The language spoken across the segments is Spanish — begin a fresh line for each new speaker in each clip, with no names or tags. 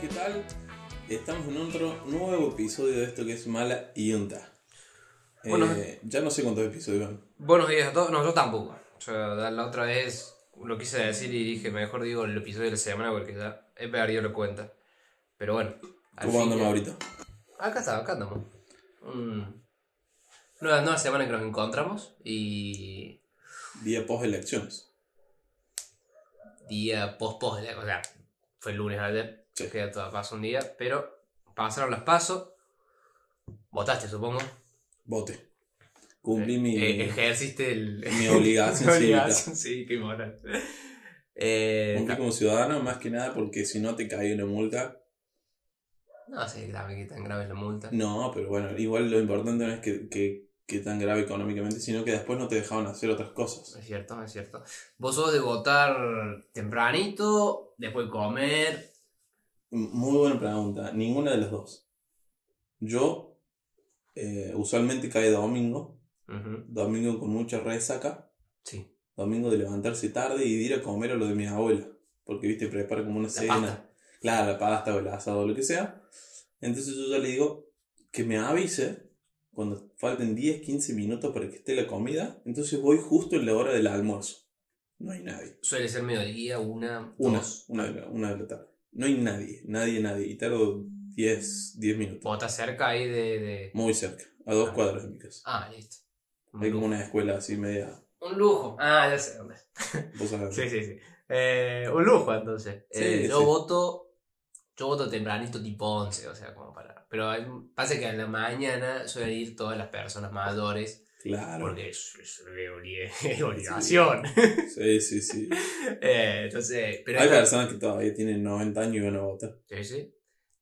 ¿qué tal? Estamos en otro nuevo episodio de esto que es Mala y Unta. Eh,
Bueno.
ya no sé cuántos episodios van.
Buenos días a todos. No, yo tampoco. Yo la otra vez lo quise decir y dije, mejor digo el episodio de la semana porque ya he perdido la cuenta. Pero bueno. al
¿Cómo
fin
andamos
ya-
ahorita?
Acá está, acá andamos. Mm. Nueva, nueva semana que nos encontramos y
Día post elecciones.
día post-post, o sea, fue el lunes ayer,
Sí.
queda todo a paso un día, pero pasaron las pasos, votaste supongo,
Vote. Cumplí mi,
Eh, ejerciste el,
mi obligación
No
cívica.
digas, sí, qué moral. Eh,
Cumplí como ciudadano, más que nada porque si no te cae una multa.
no sé también que tan grave es la multa.
No, pero bueno, igual lo importante no es que, que, que tan grave económicamente, sino que después no te dejaban hacer otras cosas.
Es cierto, es cierto. Vos sos de votar tempranito, después comer.
M- Muy buena pregunta. Ninguna de las dos. Yo eh, usualmente cae domingo,
Ujú,
domingo con mucha resaca,
Sí,
domingo de levantarse tarde y de ir a comer a lo de mi abuela, porque viste, prepara como una
la
cena.
pasta.
Claro, la pasta o el asado o lo que sea. Entonces yo ya le digo que me avise cuando falten 10, 15 minutos para que esté la comida. Entonces voy justo en la hora del almuerzo. No hay nadie.
Suele ser mediodía, una,
Una,
dos.
una, de la- una de la tarde. No hay nadie, nadie, nadie. Y tardo 10, 10 minutos.
Vota cerca ahí de. de-
Muy cerca, a dos
Ah.
cuadras de mi casa.
Ah, listo. Un
Hay como
lujo.
una escuela así media.
Un lujo. Ah, ya sé dónde. es.
vos sabés.
Sí, sí, sí. Eh, un lujo, entonces.
Sí,
Eh, yo
sí.
voto. Yo voto tempranito tipo 11, o sea, como para. Pero hay- pasa que a la mañana suelen ir todas las personas mayores,
Claro.
porque es, es obli- es obligación.
Sí, sí, sí.
Eh, entonces, pero
Hay
esta-
personas que todavía tienen 90 años y van a votar.
Sí, sí.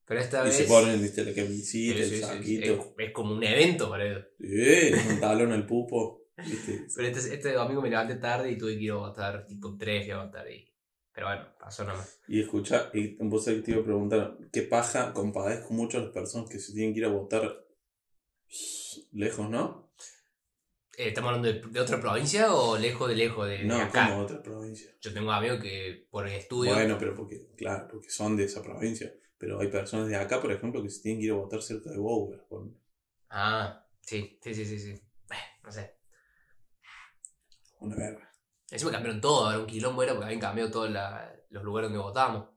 Pero esta
Y
vez.
se ponen, viste, la
Sí,
camisita,
sí,
el
sí, sí. Es,
saquito.
es como un evento para ellos.
Sí, un talón al pupo. ¿viste?
Pero este, este domingo me levanté tarde y tuve que ir a votar, tipo 3 fui a votar. Y... Pero bueno, pasó nada más.
Y escuchar, y vos sabés que te iba a preguntar, ¿qué paja compadezco mucho a las personas que se tienen que ir a votar lejos, no?
Eh, ¿Estamos hablando de, de otra provincia o lejos de lejos de, de
No,
Eh, acá?
como otra provincia.
Yo tengo amigos que por el estudio.
Bueno, pero porque, claro, porque son de esa provincia. Pero hay personas de acá, por ejemplo, que se tienen que ir a votar cerca de Bower. por-
Ah, sí, sí, sí, sí. sí. Eh, no sé.
Una verga.
Encima cambiaron todo, era un quilombo era porque habían cambiado todos la- los lugares donde votábamos.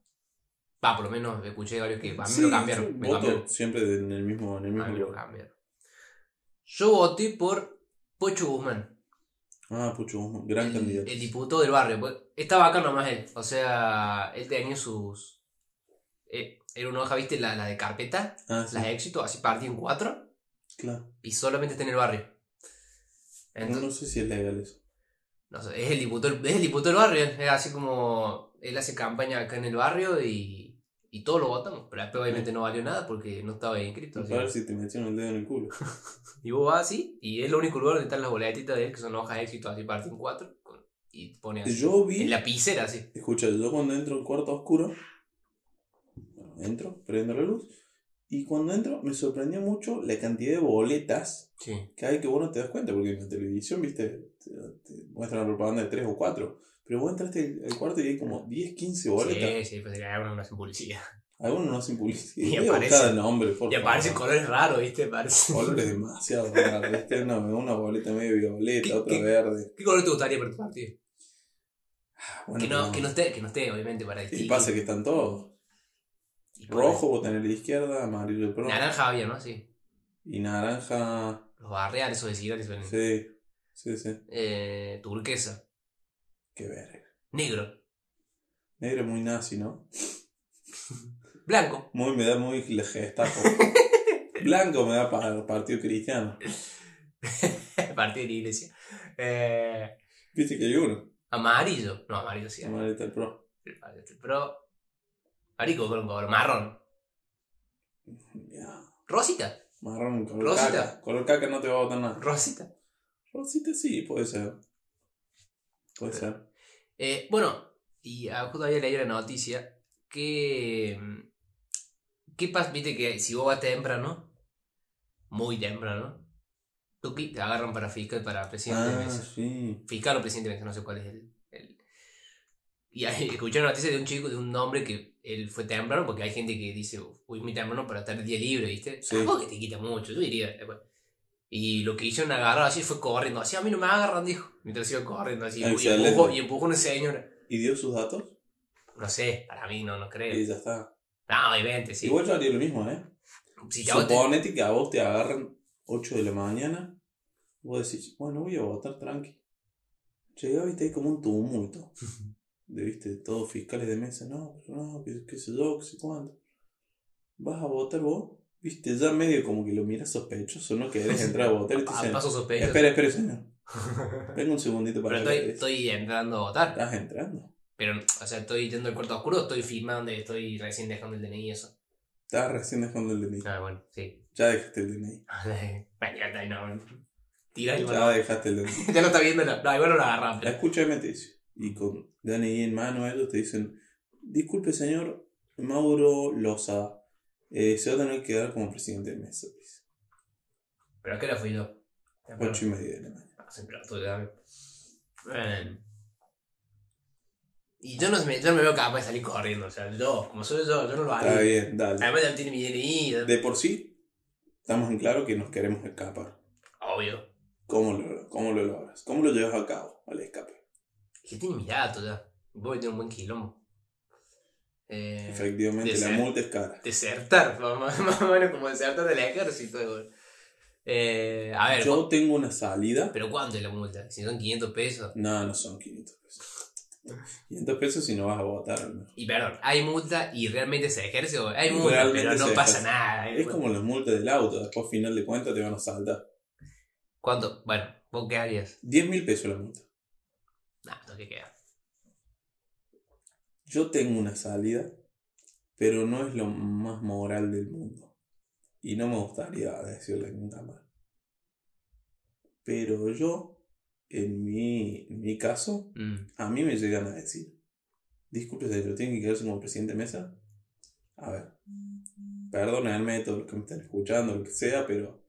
Va, por lo menos escuché de varios que a mí me lo cambiaron. Me
voto
cambiaron.
siempre en el mismo, en el
A
mismo
mí me lo
lugar.
cambiaron. Yo voté por Pocho Guzmán.
Ah, Pucho Guzmán, gran
el,
candidato.
el diputado del barrio. pues, Estaba acá nomás él. O sea, él tenía sus. eh, era una hoja, viste, la, la de carpeta,
Ah, sí,
las de éxito, así partí en cuatro
claro.
y solamente está en el barrio. Entonces,
no sé si es legal eso. Mm.
no sé, es el diputado, es el diputado del barrio. Es así como. Él hace campaña acá en el barrio y. Y todos lo votamos, pero después obviamente no valió nada porque no estaba inscrito.
A
así
ver
que-
si te metieron el dedo en el culo.
Y vos vas así, y es el único lugar donde están las boletitas de él, que son hojas de éxito, así parte en cuatro, con- y pone así.
Yo vi.
En lapicera, así.
Escucha, yo cuando entro en cuarto oscuro, bueno, entro, prendo la luz, y cuando entro me sorprendió mucho la cantidad de boletas
Sí.
que hay que vos no te das cuenta, porque en la televisión, viste, te, te muestran la propaganda de 3 o 4, pero vos entraste al cuarto y hay como 10, 15 boletas.
Mm. Sí, sí, pues era una, una sin publicidad.
Algunos no hacen publicidad.
Y
Voy a buscar
aparece-
el nombre, por
Y aparecen
favor.
colores raros, ¿viste? Parece-
Colores demasiado raros, viste, una, una boleta medio
¿Qué-
violeta, otra
qué-
verde.
¿Qué color te gustaría para tu partido?
Ah, bueno,
que, no,
pero-
que, no esté, que no esté, obviamente, para el
Y
Tigre.
pasa que están todos.
Y por-
Rojo, vos tenés la izquierda, amarillo el pro.
Naranja había, ¿no? Sí.
Y naranja.
Los barrean, esos designares suelen.
Sí, sí, sí.
Eh, turquesa.
Qué verga.
Negro.
Negro muy nazi, ¿no?
Blanco.
Muy me da muy la gestapo. Blanco me da para el partido cristiano.
partido de la iglesia. Eh,
Viste que hay uno.
amarillo. No, amarillo sí.
La maleta del pro.
Pero. Marico, con un color marrón.
Ya.
Rosita.
Marrón, color
Rosita.
caca. Color caca no te va a votar nada.
Rosita.
Rosita sí, puede ser. Puede ser.
Eh, bueno, y ah, justo había leído la noticia que. mm, ¿Qué pasa? Viste que si vos vas temprano, muy temprano, tú qui- te agarran para fiscal, para presidente de
Ah,
mesa.
sí.
Fiscal o presidente de mesa, no sé cuál es el. el- Y ahí escuché una noticia de un chico, de un hombre que él fue temprano, porque hay gente que dice, uy, muy temprano para estar el día libre, ¿viste?
Sí.
Tampoco que te quita mucho, yo diría. eh, bueno. Y lo que hicieron agarrar así fue corriendo, así a mí no me agarran, dijo. Mientras iba corriendo así, y
Excelente.
empujó, y empujó una señora.
¿Y dio sus datos?
No sé, para mí no, no creo.
Y ya está.
No, obviamente, sí.
Igual yo haría lo mismo, ¿eh?
si te-
Suponete que a vos te agarran 8 de la mañana. Vos decís, bueno, voy a votar tranqui. Llegaba y ahí como un tumulto. De, viste, todos fiscales de mesa, no, pero no, que qué sé yo, qué sé cuánto. Vas a votar vos, viste, ya medio como que lo miras sospechoso, no querés entrar a votar y te
a
dicen,
ah, paso sospechoso.
espera, espera, señor. Tengo un segundito
Pero
para
estoy,
que
estoy entrando a votar.
estás entrando.
Pero, o sea, estoy yendo al cuarto oscuro, estoy filmando, estoy recién dejando el DNI y eso.
Estás recién dejando el DNI.
Ah, bueno, sí.
Ya dejaste el DNI.
Bueno, ya está, no, bueno. Tira y
Ya
bueno.
dejaste el DNI.
Ya lo está viendo, no, no, igual no lo eh. agarra. pero-
Escúchame, te dice. Y con DNI en mano, ellos te dicen: Disculpe, señor Mauro Loza, eh, se va a tener que quedar como presidente de mesa. dice.
Pero ¿a qué hora fui yo? Ya, pero-
Ocho y media de la mañana.
Ah, sí, pero tú dame. Eh, Y yo no, me, yo no me veo capaz de salir corriendo, o sea, yo, como soy yo, yo no lo
Está
haría.
bien, dale.
Además, ya tiene mi DNI,
De por sí, estamos en claro que nos queremos escapar.
obvio.
¿Cómo lo, cómo lo logras? ¿Cómo lo llevas a cabo al escape?
Eh, Que tiene mis datos ya. Voy a tener un buen quilombo. Eh,
Efectivamente,
de
la
ser.
multa es cara.
desertar, más más o menos como desertar del ejército. güey. Eh, a ver,
Yo tengo una salida.
¿pero cuánto es la multa? Si son 500 pesos.
No, no son 500 pesos.
Ah.
500 pesos si no vas a votar al menos.
Y perdón, hay multa y realmente se ejerce. güey. Hay multa,
Realmente
pero
se
no pasa
ejerce.
nada. eh,
Es
güey.
como las multas del auto, después final de cuentas te van a saltar.
¿Cuánto? Bueno, ¿vos qué harías?
10 mil pesos la multa.
Nah, no te queda.
Yo tengo una salida, pero no es lo más moral del mundo. Y no me gustaría decirle en cámara. Pero yo, en mi, en mi caso,
Mm.
a mí me llegan a decir, disculpe, pero tiene que quedarse como presidente de mesa. A ver, perdónenme todos los que me están escuchando, lo que sea, pero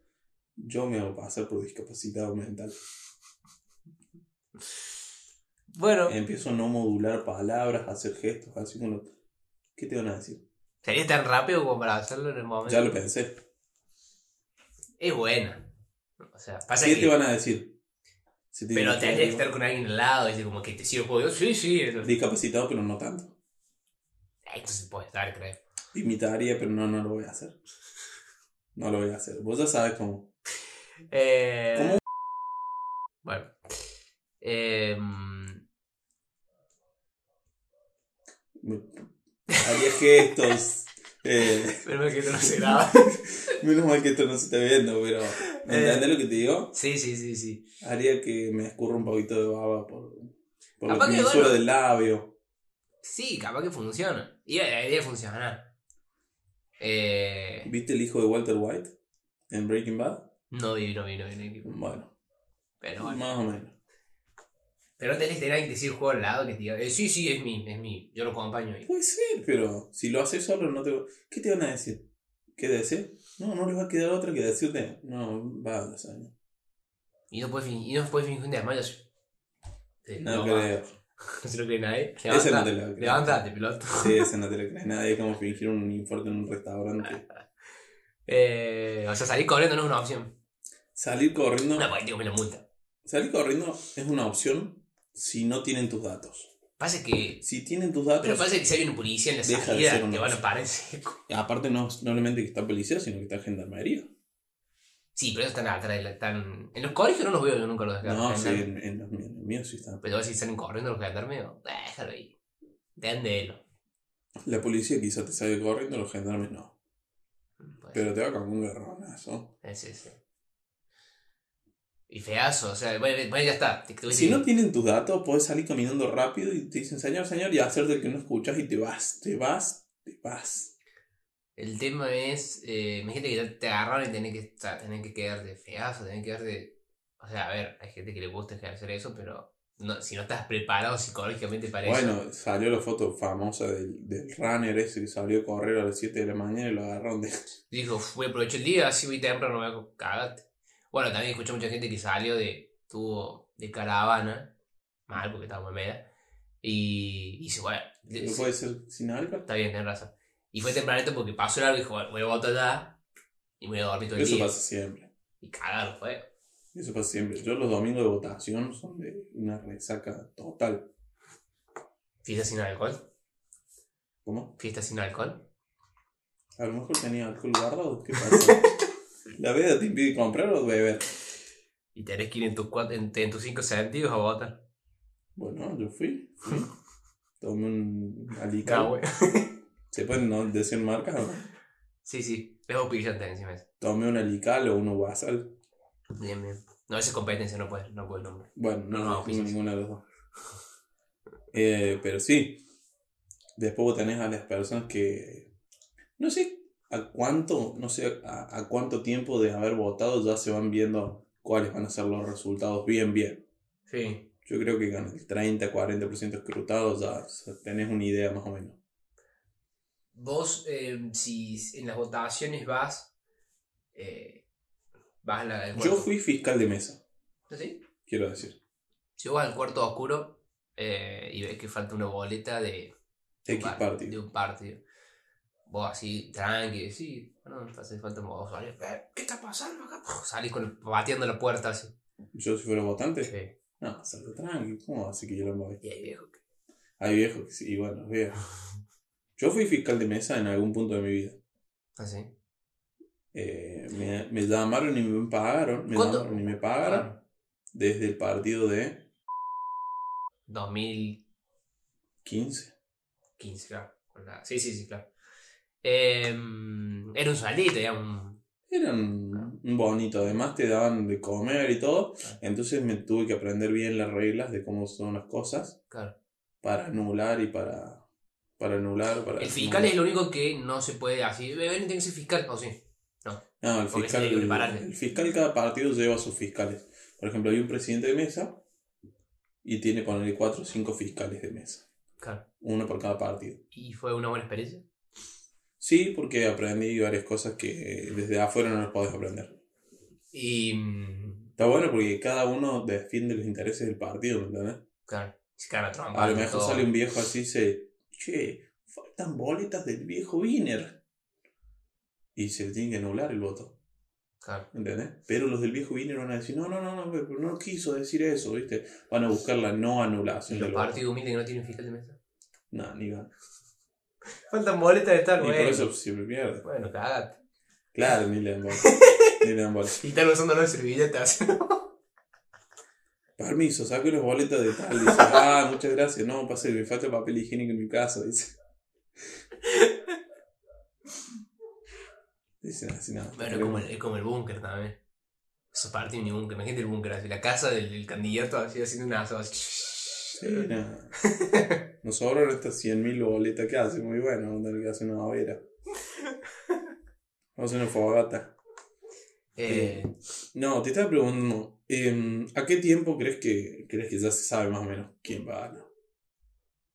yo me hago pasar por discapacitado mental.
Bueno,
Empiezo a no modular palabras, a hacer gestos, así como... ¿Qué te van a decir?
¿sería tan rápido como para hacerlo en el momento?
Ya lo pensé.
Es buena. O sea, pasa
¿Qué
que.
te van a decir? Si te
Pero
dicen,
tendría que estar con alguien al lado y como que te sirvo yo. Sí, sí. eso-
Discapacitado, pero no tanto.
Ay, Entonces puede estar, creo.
Imitaría, pero no, no lo voy a hacer. No lo voy a hacer. Vos ya sabes cómo.
Eh,
¿Cómo?
Bueno. Eh,
Me- Haría gestos. eh,
pero me quedo no sé nada. Eh.
menos mal que esto no se está viendo, pero. ¿Me entendés lo que te digo?
Sí, sí, sí, sí.
Haría que me escurra un poquito de baba por, por la
Capaz que
comisura
bueno.
del labio.
Sí, capaz que funciona. Y la idea de funcionar. Eh,
¿Viste el hijo de Walter White en Breaking Bad?
no vi, no vi, no vi, no vi.
Bueno,
Pero bueno.
más o menos.
Pero este no tenés que tener alguien que te sirva juego al lado que te diga, eh, sí, sí, es mi, es mi, yo lo acompaño ahí.
Puede ser, pero si lo haces solo, no te. ¿Qué te van a decir? ¿Qué decir? No, no les va a quedar otra que decirte. No, va a años.
Y no puedes fingir, y no puedes fingir un desmayo. sí. Te-
No
eh, no, va.
creo.
No se lo cree nadie.
Ese no te
Levanta,
lo creo.
levántate, piloto.
Sí, ese no te lo crees. Nadie es como fingir un infarto en un restaurante.
Ah. Eh, o sea, salir corriendo no es una opción.
Salir corriendo.
Una política me la multa.
Salir corriendo es una opción si no tienen tus datos.
Pasa que.
Si tienen tus datos.
Pero pasa que si hay una policía en la
Deja de
salida,
ser una
te van a
opción.
parar en seco.
Aparte, no, no solamente que está policía, sino que está gendarmería.
Sí, pero ellos están atrás, de la- están. En los colegios no los veo, yo nunca los dejaron.
No, sí, en, en los míos, en los míos sí está.
Pero si salen corriendo los gendarmes, o- déjalo ahí. Déndelo.
La policía quizá te sale corriendo, los gendarmes no.
Pues,
Pero te va con un garronazo.
es ese. Y feazo, o sea, bueno, bueno, ya está. Te- te-
Si no tienen tus datos, puedes salir caminando rápido y te dicen señor, señor, y hacerte el que no escuchas y te vas, te vas, te vas.
El tema es. Eh, imagínate que ya te agarraron y tenés que, estar- tenés que quedarte feazo, tenés que quedarte. O sea, a ver, hay gente que le gusta hacer eso, pero no- si no estás preparado psicológicamente para eso.
Bueno, salió la foto famosa del, del runner ese que salió a correr a las 7 de la mañana y lo agarraron de...
Dijo, voy a aprovechar el día, así voy temprano, me voy a cagarte. Bueno, también escuché mucha gente que salió de, tuvo de caravana, mal porque estaba muy media, Y dice, bueno,
¿No
sí,
puede ser sin alcohol?
está bien, tenés razón. Y fue tempranito porque pasó el árbol y dijo, bueno, voy a botar allá y me voy a dormir todo el
Eso
día.
pasa siempre.
Y cagaron, fue.
Eso pasa siempre. Yo los domingos de votación son de una resaca total.
Fiesta sin alcohol,
¿Cómo?
fiesta sin alcohol.
A lo mejor tenía alcohol guardado. ¿Qué pasa? ¿La veda te impide comprar o beber?
Y tenés que ir en tus cuat- en, en tus cinco sentidos a votar.
Bueno, yo fui. fui. Tomé un alical.
güey.
¿Se pueden pues, no decir marcas o no?
Sí, sí, es opillante encima eso.
Tomé un alical o uno basal.
Bien, bien. No, esa es competencia, no puede, no puede nombrar.
Bueno, no,
No,
no,
no,
tengo
sí, sí.
ninguna de las dos. Eh, pero sí. Después vos tenés a las personas que. No sé a cuánto, no sé a, a cuánto tiempo de haber votado ya se van viendo cuáles van a ser los resultados bien, bien.
Sí.
Yo creo que con el 30-40% escrutado ya o sea, tenés una idea más o menos.
Vos, eh, si en las votaciones vas, eh, vas a la, al
Yo
cuarto.
fui fiscal de mesa,
¿Sí?
quiero decir.
Si vos vas al cuarto oscuro eh, y ves que falta una boleta de, de un
X
par- de
partido.
un partido, vos así tranqui, sí, bueno, hace falta un vos salís, "Eh, ¿qué está pasando acá? Puf, Salís con, batiendo la puerta así.
Yo si fuera votante,
Sí.
no, salgo tranqui, ¿cómo así que yo lo voy?
Y ahí viejo. que-
Hay viejos que sí, bueno, viejos. Yo fui fiscal de mesa en algún punto de mi vida.
Así.
Eh, me, me llamaron y me pagaron. Me
¿Cuánto? Ah.
llamaron y me pagaron desde el partido de
2015,
15.
claro. con la- Sí, sí, sí, claro. Em, era un sueldito, era un.
Era un, un bonito. Además te daban de comer y todo.
Claro.
Entonces me tuve que aprender bien las reglas de cómo son las cosas
Claro.
para anular y para... Para anular, para...
El fiscal es el único que no se puede así. "Eh, Ven, tiene que ser fiscal, o sí.
No, el
porque
fiscal,
tiene que prepararse.
el fiscal cada partido lleva a sus fiscales. Por ejemplo, hay un presidente de mesa y tiene, ponerle cuatro o cinco fiscales de mesa.
Claro.
Uno por cada partido.
Y fue una buena experiencia.
Sí, porque aprendí varias cosas que eh, desde afuera no las podés aprender.
Y. mm,
Está bueno porque cada uno defiende los intereses del partido, ¿me entiendes?
Claro, se cagan a trompadas
A lo
y
mejor
todo.
sale un viejo así y dice, che, faltan boletas del viejo Wiener. Y se le tiene que anular el voto,
Claro,
¿me ¿entendés? Pero los del viejo Wiener van a decir, no, no, no, no, pero no quiso decir eso, ¿viste? Van a buscar la no
y
anulación
los
del voto.
partidos humildes que no tienen fiscal de mesa.
No, ni van.
Faltan boletas de
Y
tal,
por
güey.
eso siempre pierde.
Bueno, cagate.
Claro, ni le dan bola. ni le dan bola.
Y están usando las servilletas.
Permiso, saco las boletas de tal. Dice, ah, muchas gracias. No, pasa que me falta papel higiénico en mi casa. Dice. Dicen así, nada.
bueno, es como el, es como el búnker también. Esos partidos ni búnker, imagínate el búnker así, la casa del, del candidato así haciendo una asado así.
Sí, nada. Nos sobraron estas 100.000 boletas que hace. Muy bueno, vamos a tener que hacer una hoguera. Vamos a hacer una fogata.
Eh,
No, te estaba preguntando, em, ¿a qué tiempo crees que, crees que ya se sabe más o menos quién va a ganar?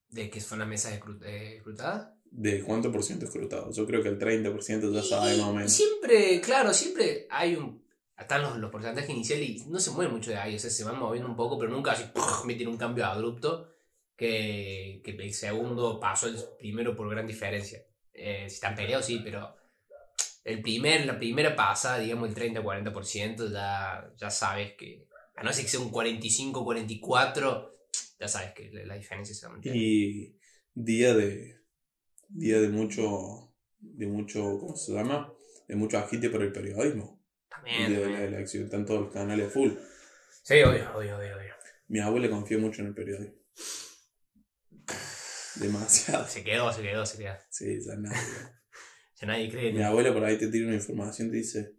¿De qué son las mesas escru- eh, escrutadas?
¿De cuánto por ciento escrutado? Yo creo que el 30% ya sabe más o
Y
menos.
Siempre, claro, siempre hay un. Están los, los porcentajes iniciales y no se mueven mucho de ahí, o sea, se van moviendo un poco, pero nunca así ¡puf! meten un cambio abrupto que, que el segundo pasó el primero por gran diferencia. Eh, si están peleados, sí, pero el primer, la primera pasa, digamos, el 30-40%, ya, ya sabes que. A no ser que sea un 45-44, ya sabes que la, la diferencia se va a mantener.
Y día de. Día de mucho. De mucho. ¿Cómo se llama? De mucho agite por el periodismo. El
También,
día de la
también.
elección están todos los canales full.
Sí, obvio, obvio, obvio, obvio.
Mi abuela confió mucho en el periodismo. Demasiado.
Se quedó, se quedó, se quedó.
Sí, ya nada.
Ya nadie cree en
Mi abuela por ahí te tira una información y te dice.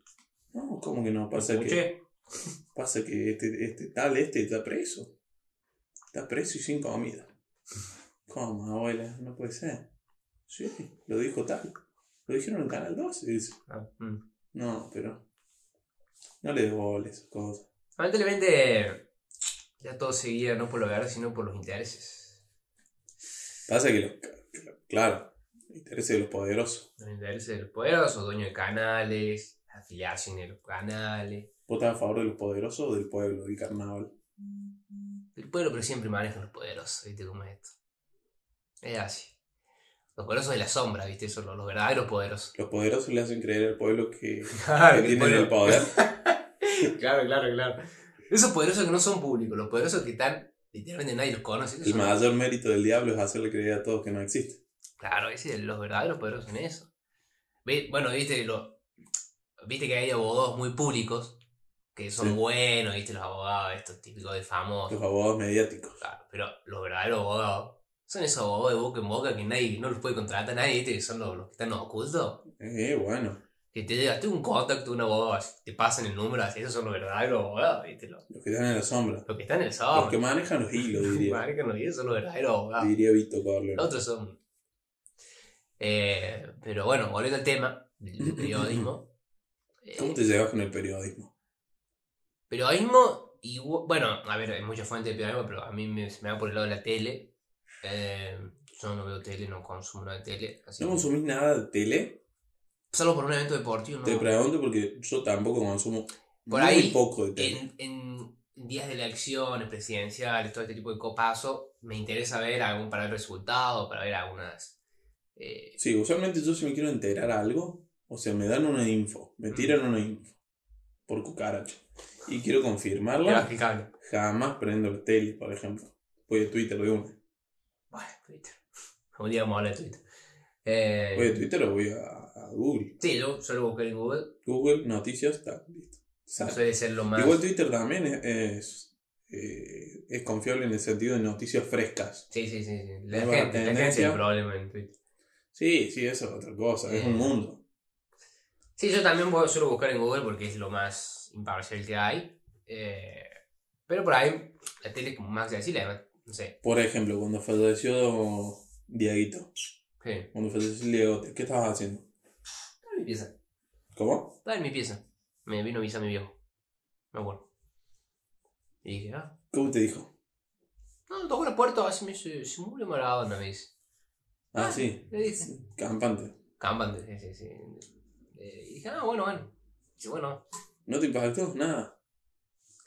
No, ¿cómo que no? Pasa que,
Escuché.
pasa que este, este tal, este está preso. Está preso y sin comida. ¿Cómo, abuela? No puede ser. Sí, lo dijo tal. Lo dijeron en Canal 12. Dice.
Ah, mm.
No, pero. No le devuelve esas cosas.
Lamentablemente, ya todo se guía no por lo verde, sino por los intereses.
Pasa que, los, claro, el interés de los poderosos.
Los intereses de los poderosos, dueños de canales, afiliaciones de los canales.
¿Vos estás a favor de los poderosos o del pueblo, del carnaval?
El pueblo, pero siempre manejan los poderosos, ¿viste cómo es esto? Es así. Los poderosos de la sombra, ¿viste? Eso, los, los verdaderos poderosos.
Los poderosos le hacen creer al pueblo que,
Claro,
que tienen el poder.
claro, claro, claro. Esos poderosos que no son públicos, los poderosos que están, literalmente nadie los conoce. esos
El
son-
mayor mérito del diablo es hacerle creer a todos que no existe.
Claro, ese es los verdaderos poderosos en eso. Ve- Bueno, viste, lo, viste que hay abogados muy públicos que son
Sí.
buenos, viste, los abogados estos típicos de famosos.
Los abogados mediáticos.
Claro, pero los verdaderos abogados son esos abogados de boca en boca que nadie no los puede contratar, nadie, viste, que son los, los que están ocultos.
Eh, bueno.
Que te llegaste un contacto, un abogado, así, te pasan el número, así, esos son los verdaderos abogados, viste, los,
Los que están en la sombra.
los que están en el
Los
sábado.
que manejan los hilos, diría.
Madre que nos dice, son los verdaderos abogados.
Diría Vito
Los
Corleone.
otros son. Eh, pero bueno, volviendo al tema del periodismo. Eh,
¿Cómo te llevas con el periodismo?
Periodismo, y, bueno, a ver, hay muchas fuentes de periodismo, pero a mí me, se me va por el lado de la tele. Eh, yo no veo tele, no consumo nada de tele. así
¿No
que-
consumís nada de tele?
Solo por un evento deportivo, ¿no?
Te pregunto porque yo tampoco consumo
Por
muy
ahí,
poco de tele.
en, en días de elecciones presidenciales, todo este tipo de copazo, me interesa ver algún para ver resultados, para ver algunas. eh,
Sí, usualmente yo si me quiero enterar algo, o sea, me dan una info, me tiran una info por cucaracho y quiero
le
confirmarla,
bajo el cable.
jamás prendo la tele, por ejemplo. Voy a Twitter de una.
Bueno, Twitter. Un día vamos a hablar de Twitter. Eh,
Voy a Twitter o voy a, a Google.
sí, yo suelo buscar en Google.
Google, noticias, está listo. Sale.
Suele ser lo más.
Igual Twitter también es, es, eh, es confiable en el sentido de noticias frescas.
Sí, sí, sí. sí.
Hay
La gente, la gente
tendencia.
tiene problemas en Twitter.
Sí, sí, eso es otra cosa, es un
Eh.
mundo.
Sí, yo también voy- suelo buscar en Google porque es lo más imparcial que hay. Eh, pero por ahí, la tele como más accesible, además, no sé.
Por ejemplo, cuando falleció Dieguito,
Sí. Estaba
cuando falleció el Diegote, ¿qué estabas haciendo?
en mi pieza.
¿Cómo?
Estaba en mi pieza. Me vino a avisar mi viejo. Me acuerdo. Y dije, ah,
¿Cómo te dijo?
no, tocó la puerta, así me dice, se murió Maradona, me dice.
Ah, sí.
Le dije,
Campante.
Kanban, sí, sí, sí. Eh, y dije, ah, bueno, bueno. Dice, bueno.
¿No te impactó? Nada.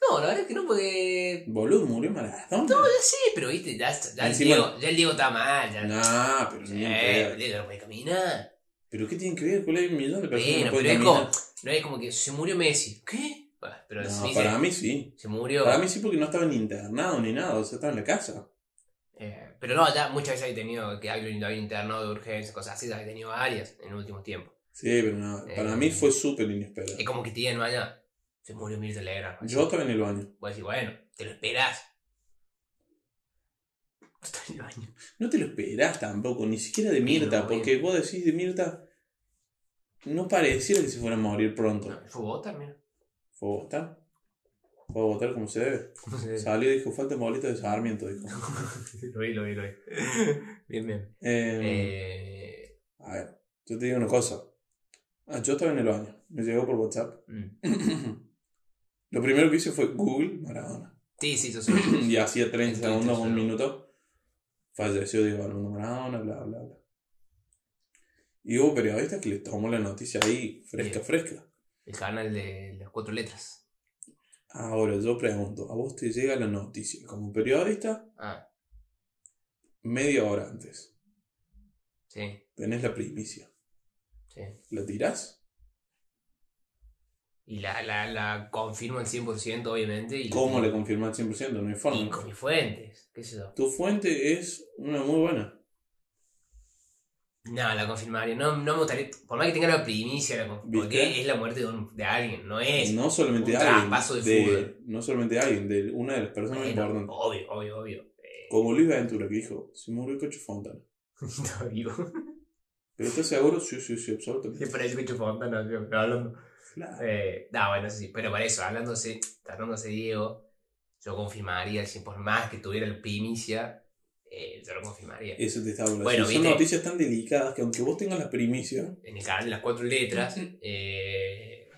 No, la verdad es que no, porque.
Boludo, murió Maradona.
No, ya sí, pero viste, ya, ya, el,
Encima-
Diego, ya el Diego está mal, ya.
Nah, pero
Sí,
ni en pedo.
el Diego no puede caminar.
¿Pero qué tiene que ver? ¿Cuál hay un millón de personas que
Bueno,
no pueden
pero es como,
caminar?
no es como que se murió Messi. ¿Qué? Bueno, pero se,
No,
dice,
para mí sí.
se murió.
Para mí sí porque no estaba ni internado ni nada, o sea, estaba en la casa.
eh, pero no, ya muchas veces he tenido que hay un interno de urgencia, cosas así, ya he tenido varias en el último tiempo.
Sí, pero no, para
Eh.
mí fue súper inesperado.
Es como que te digan mañana, se murió Mirta Legrand.
Yo estaba en el baño.
Vos decís, bueno, te lo esperás. Está en el baño.
No te lo esperás tampoco, ni siquiera de Mirta,
No,
porque vos decís de Mirta, no pareciera que se fuera a morir pronto.
No, fue votar, mira.
Fue a votar. Fue a votar como se debe. Salió y dijo, falta boleta de Sarmiento, dijo.
lo vi, lo vi, lo vi. bien, bien.
Eh,
Eh,
A ver, yo te digo una cosa. Ah, yo estaba en el baño, me llegó por WhatsApp.
mm.
Lo primero que hice fue Google Maradona.
sí, sí, yo soy.
y hacía 30
En Twitter
segundos, un
solo.
minuto, falleció Diego Armando Maradona, bla, bla, bla. Y hubo periodistas que les tomó la noticia ahí, fresca,
Bien.
fresca.
El canal de las cuatro letras.
Ahora, yo pregunto, ¿a vos te llega la noticia como periodista
Ah,
media hora antes?
sí,
Tenés la primicia.
sí.
¿La tirás?
Y la, la, la confirmo al 100%, obviamente. Y
¿Cómo la confirmás 100%? No hay
Y
forma.
con mis fuentes, qué sé yo.
Tu fuente es una muy buena.
No, la confirmaría. No, no me gustaría. Por más que tenga la primicia, la conf-
¿Viste?
porque es la muerte de, un- de alguien, no es.
No solamente
un
alguien.
traspaso de
de-
fútbol.
no solamente alguien, de una de las personas
Bueno,
importantes.
obvio, obvio, obvio. Eh,
Como Luis Ventura que dijo, se murió Cocho Fontana.
está vivo.
¿Pero estás seguro? Sí, sí, sí, absolutamente.
Sí, parece que Fontana, tío, pero hablando.
Claro.
Eh, no, bueno, sí, pero para eso, hablándose, tratándose de Diego, yo confirmaría, si por más que tuviera la primicia, eh, yo lo confirmaría.
Eso te estaba hablando.
Bueno,
Son
viste.
noticias tan delicadas que aunque vos tengas la primicia,
en el canal de las cuatro letras, eh,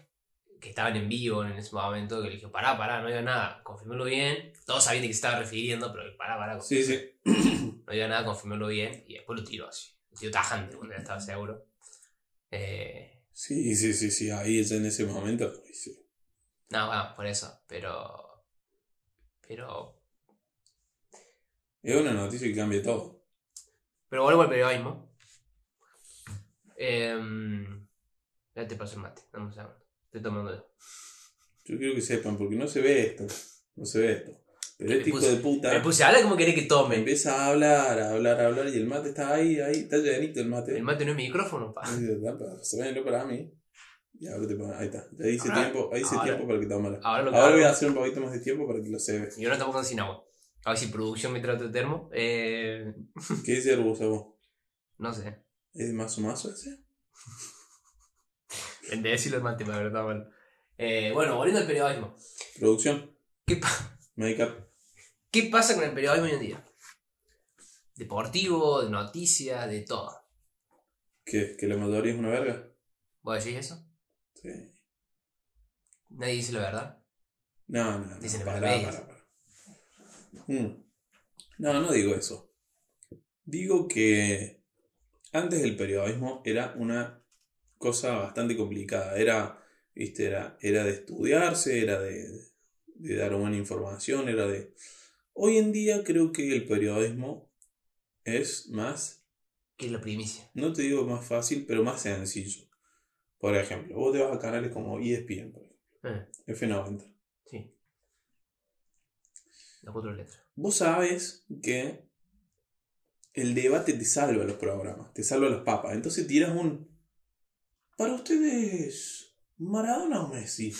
que estaban en vivo en ese momento, que le dije, pará, pará, no diga nada, confirmelo bien. Todos sabían de qué se estaba refiriendo, pero pará, pará,
sí, sí,
no diga nada, confirmelo bien, y después lo tiró así. Lo tiró tajante cuando ya estaba seguro. Eh,
sí, sí, sí, sí, ahí es en ese momento. ahí sí.
no, bueno, por eso, pero... Pero...
Es una noticia que cambia todo.
Pero vuelvo al periodismo. Em, ya te paso el mate, dame un segundo. Estoy tomando yo.
Yo quiero que sepan, porque no se ve esto. No se ve esto. Pero este hijo
puse-
de puta
Me puse, habla como querés que
me
tome.
empieza a hablar, a hablar, a hablar, y el mate está ahí, ahí, está llenito el mate.
El mate no es micrófono, pa.
Y dice, "Da, pa, Se venlo para mí. Y ahora te pon- ahí está. Ya hice
Ahora-
tiempo, ahí hice
Ah, ahora-
tiempo para que tomara.
Ahora lo que
Ahora
hago-
voy a hacer un poquito más de tiempo para que lo se
Yo no estamos sin agua. A ver si producción me trata de termo. Eh,
¿Qué dice el buzo vos?
no sé.
¿Es más o más ese?
El de decirlo es mate, pero está bueno. Eh, bueno, volviendo al periodismo.
Producción.
¿Qué, pa-
Medical.
¿Qué pasa con el periodismo hoy en día? Deportivo, de noticias, de todo.
¿Que, que la mayoría es una verga.
¿Vos decís eso?
Sí.
Nadie dice la verdad.
No, no, no.
Dicen en
pará,
Mercedes.
pará, pará. Mm. No, no digo eso. Digo que antes el periodismo era una cosa bastante complicada. Era, viste, era, era de estudiarse, era de, de dar buena información, era de... Hoy en día creo que el periodismo es más
Que es la primicia.
no te digo más fácil, pero más sencillo. Por ejemplo, vos te vas a canales como E ESPN, por ejemplo,
Eh,
F90.
sí. Las cuatro letras.
Vos sabes que el debate te salva los programas, te salva las papas. Entonces tiras un. Para ustedes, Maradona o Messi.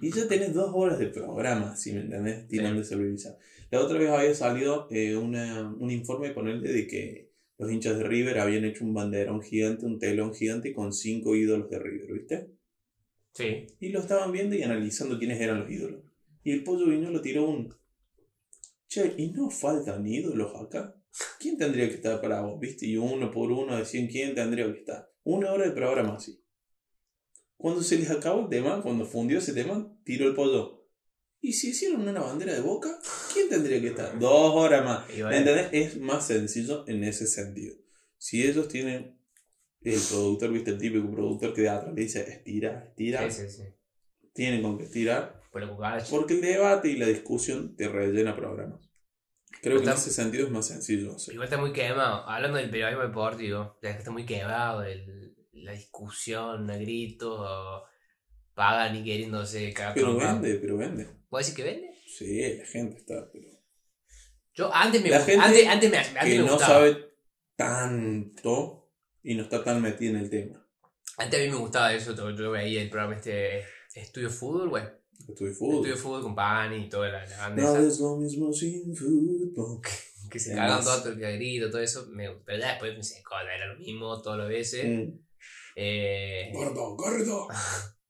Y ya tenés dos horas de programa, si me entendés, tirando ese servicio. La otra vez había salido eh, una- un informe, ponerle, de que los hinchas de River habían hecho un banderón gigante, un telón gigante con cinco ídolos de River, ¿viste?
Sí.
Y lo estaban viendo y analizando quiénes eran los ídolos. Y el pollo vino lo tiró un. Che, ¿y no faltan ídolos acá? ¿Quién tendría que estar para vos? ¿Viste? Y uno por uno decían quién tendría que estar. Una hora de programa así. Cuando se les acabó el tema, cuando fundió ese tema, tiró el pollo. ¿Y si hicieron una bandera de boca? ¿Quién tendría que estar? Dos horas más.
Y
¿Me
bueno,
entendés? Es más sencillo en ese sentido. Si ellos tienen el productor, viste, el típico productor que de atrás le dice estira, estira,
Sí, sí, sí.
tienen con que estirar,
Por la cucaracha.
porque el debate y la discusión te rellena programas. Creo
Pero
que en
tam-
ese sentido es más sencillo. sí.
Igual está muy quemado. Hablando del periodismo deportivo, ya que está muy quemado el- la discusión, a gritos, o pagan y queriéndose cada
Pero
trompa.
vende, pero vende.
¿Puedo decir que vende?
Sí, la gente está, pero.
Yo antes me
La
gust-
gente
antes, antes me, antes
Que
me
no
gustaba.
sabe tanto y no está tan metida en el tema.
Antes a mí me gustaba eso. Yo, yo veía el programa este Estudio Fútbol, güey.
Estuve
Estudio
fútbol.
Fútbol con Pani y toda la, la banda
No
esa,
es lo mismo sin fútbol.
Que se
es
cagan
más.
todo el grito, todo eso. Me, pero ya después me se cola, era lo mismo todas las veces.
Mm.
Eh,
Gordo, gordo.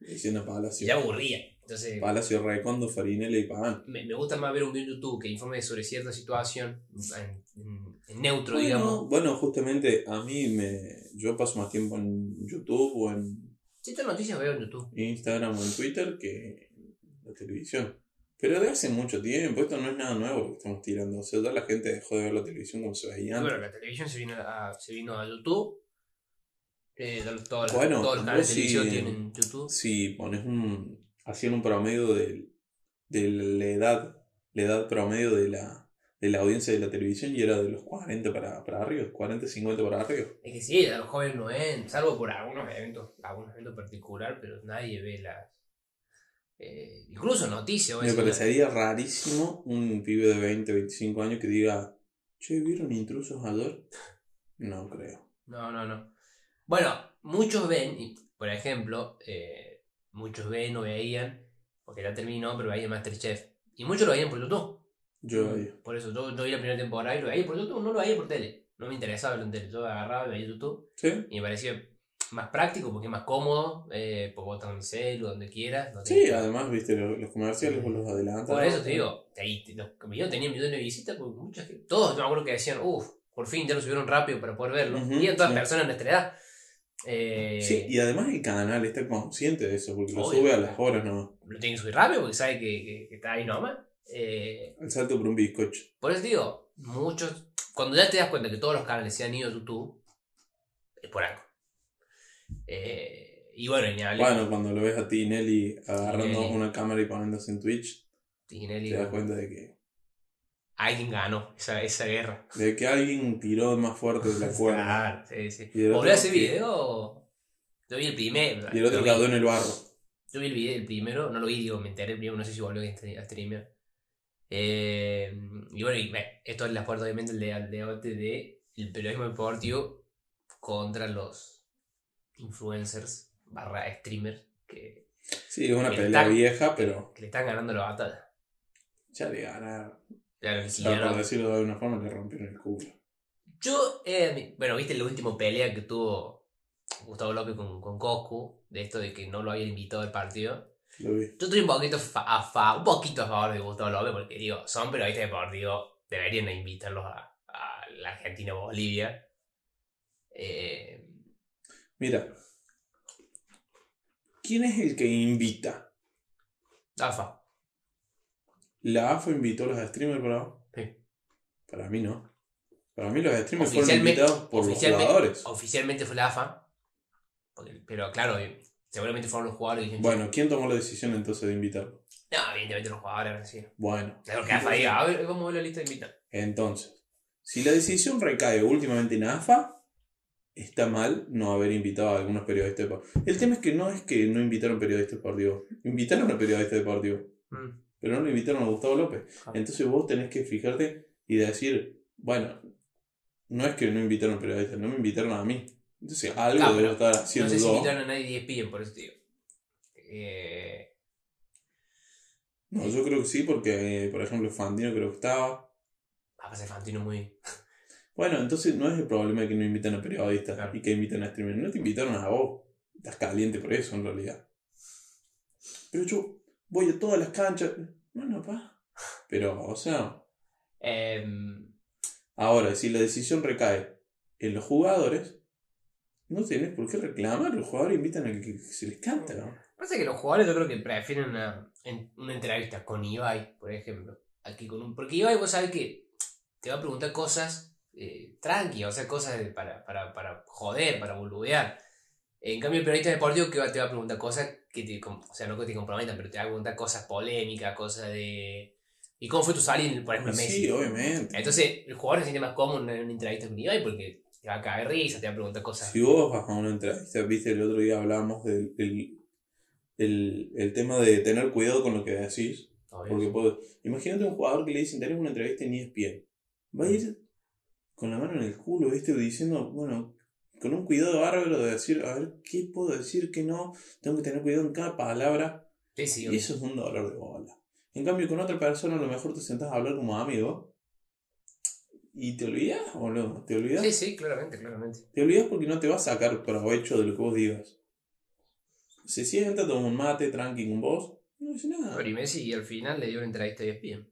Diciendo Palacio.
Ah. ya aburría. Entonces,
Palacio Recondo, Farinelli y Pagán.
me, me gusta más ver un video en YouTube que informe sobre cierta situación en, en- en neutro,
Bueno,
digamos.
bueno, justamente a mí me. Yo paso más tiempo en YouTube o en
Ciertas noticias veo en YouTube.
Instagram o en Twitter que la televisión. Pero de hace mucho tiempo, esto no es nada nuevo que estamos tirando. O sea, ya la gente dejó de ver la televisión como se veía antes.
Bueno, la televisión se vino a, se vino a YouTube. Eh, todos, todas las-
Bueno,
todos los canales de
vos
televisión
sí-
tienen YouTube.
Si pones un. Hacían un promedio de, de la edad. La edad promedio de la, de la audiencia de la televisión y era de los 40 para, para arriba, 40, 50 para arriba.
Es que sí, a los jóvenes no ven, salvo por algunos eventos, algunos eventos particular, pero nadie ve las. eh, incluso noticias. vos
Me
decís,
parecería rarísimo un pibe de 20, 25 años que diga, che, ¿vieron intrusos ayer? No creo.
No, no, no. Bueno, muchos ven, y, por ejemplo, eh, muchos ven o veían, porque ya terminó, pero veían Masterchef. Y muchos lo veían por YouTube.
Yo veía.
Por eso, yo, yo vi la primera temporada y lo veía por YouTube, no lo veía por tele. No me interesaba verlo en tele. Yo agarraba y veía YouTube
¿Sí?
y me parecía más práctico porque es más cómodo, eh, pues botan el celu, donde quieras. no tenés
Sí,
que-
además, viste, lo- los, comerciales vos los adelantas.
Por eso te digo, ahí te- los videos tenían millones de visitas, porque muchas que- todos, yo me acuerdo que decían, uff, por fin ya lo subieron rápido para poder verlo.
Ujú,
y eran todas
sí.
personas de nuestra edad. Eh,
Sí, y además el canal está consciente de eso, porque lo
Obvio.
sube a las horas nomás.
lo tienen que subir rápido porque sabe que, que- que está ahí nomás. Eh,
Al salto por un bizcocho.
por eso digo, muchos, cuando ya te das cuenta que todos los canales se han ido a YouTube, es por algo. Eh, y bueno, y ni hablar.
Bueno, cuando lo ves a ti, Nelly, agarrando
Tinelli.
una cámara y poniéndose en Twitch,
Tinelli,
te das cuenta de que
alguien ganó esa, esa guerra.
De que alguien tiró más fuerte de la cuerda.
Claro, sí, sí.
Y el otro
¿Volvió ese
que-
video? Yo vi el primero.
Y el otro
lo
quedó
vi.
en el barro.
Yo vi el video, el primero, no lo vi, digo, me enteré el primero, no sé si volvió a stre- a streamear. Eh, y bueno, y, bueno, esto es la puerta, obviamente, el de- al debate de el periodismo deportivo contra los influencers barra streamers que,
Sí, es una
El
pelea
tac-
vieja, pero
que le están ganando la batalla.
ya le ganaron.
Ya lo
O sea,
liquidaron.
por decirlo de alguna forma, le rompieron el culo.
Yo, eh, mi- bueno, viste la última pelea que tuvo Gustavo López con, con Coscu, de esto de que no lo habían invitado al partido.
Lo vi.
Yo estoy un poquito, fa- a fa- un poquito a favor de Gustavo López, porque digo, son periodistas deportivos, deberían invitarlos a, a la Argentina o Bolivia. Eh,
Mira. ¿Quién es el que invita?
AFA,
¿La AFA invitó a los streamers, bro?
Sí.
Para mí no. Para mí los streamers fueron
Oficialmente-
invitados por los
oficialmente-
jugadores.
oficialmente fue la AFA, porque- pero claro, eh, seguramente fueron los jugadores. que dijeron,
Bueno, ¿quién tomó la decisión entonces de invitarlo?
No, evidentemente los jugadores van a decir.
Bueno,
Es lo que AFA diga, a ver, vamos a ver la lista de invitados.
entonces, si la decisión recae últimamente en AFA, está mal no haber invitado a algunos periodistas deportivos. El tema es que no es que no invitaron periodistas deportivos, invitaron a periodistas deportivos.
Mm.
pero no lo invitaron a Gustavo López.
Ah.
Entonces vos tenés que fijarte y decir, bueno, no es que no invitaron periodistas, no me invitaron a mí. Entonces algo
Ah,
debo
pero
estar
No
haciendo
sé si
yo.
invitaron a nadie de ESPN, por eso te digo. Eh,
No, yo creo que sí, porque eh, por ejemplo Fantino creo que estaba.
va a ser Fantino muy...
Bueno, entonces no es el problema de que no invitan a periodistas
Claro.
y que invitan a streamers. No te invitaron a vos. Estás caliente por eso en realidad. Pero yo voy a todas las canchas. Bueno, pa. Pero, o sea,
Em,
Ahora, si la decisión recae en los jugadores, no tenés por qué reclamar. Los jugadores invitan a que se les canta. ¿no?
Pasa que los jugadores yo creo que prefieren una, en- una entrevista con Ibai, por ejemplo. Aquí con un, porque Ibai vos sabés que te va a preguntar cosas eh, tranqui, o sea, cosas de- para, para, para joder, para boludear. En cambio, el periodista deportivo que va- te va a preguntar cosas que te, com- o sea, no que te comprometan, pero te va a preguntar cosas polémicas, cosas de... ¿Y cómo fue tu salida, por ejemplo, en
Y
Messi?
Sí, obviamente.
Entonces, el jugador se siente más cómodo en una entrevista con Ibai porque te va a caer risa, te va a preguntar cosas...
Si vos vas a una entrevista, viste, el otro día hablamos del del- el, el tema de tener cuidado con lo que decís.
obvio.
Porque puede- imagínate un jugador que le dicen, tenés una entrevista en E ESPN. Va a
Mm.
ir con la mano en el culo, viste, diciendo, bueno, con un cuidado bárbaro de decir, a ver, ¿qué puedo decir? ¿Qué no? Tengo que tener cuidado en cada palabra.
Sí, sí,
Y eso es un dolor de bola. En cambio, con otra persona a lo mejor te sentás a hablar como amigo y te olvidas, boludo. Te olvidas.
sí, sí, claramente, claramente.
Te olvidas porque no te va a sacar provecho de lo que vos digas. Se sienta, toma un mate, tranqui con vos, no dice nada.
Pero y Messi y al final le dio una entrevista a E ESPN.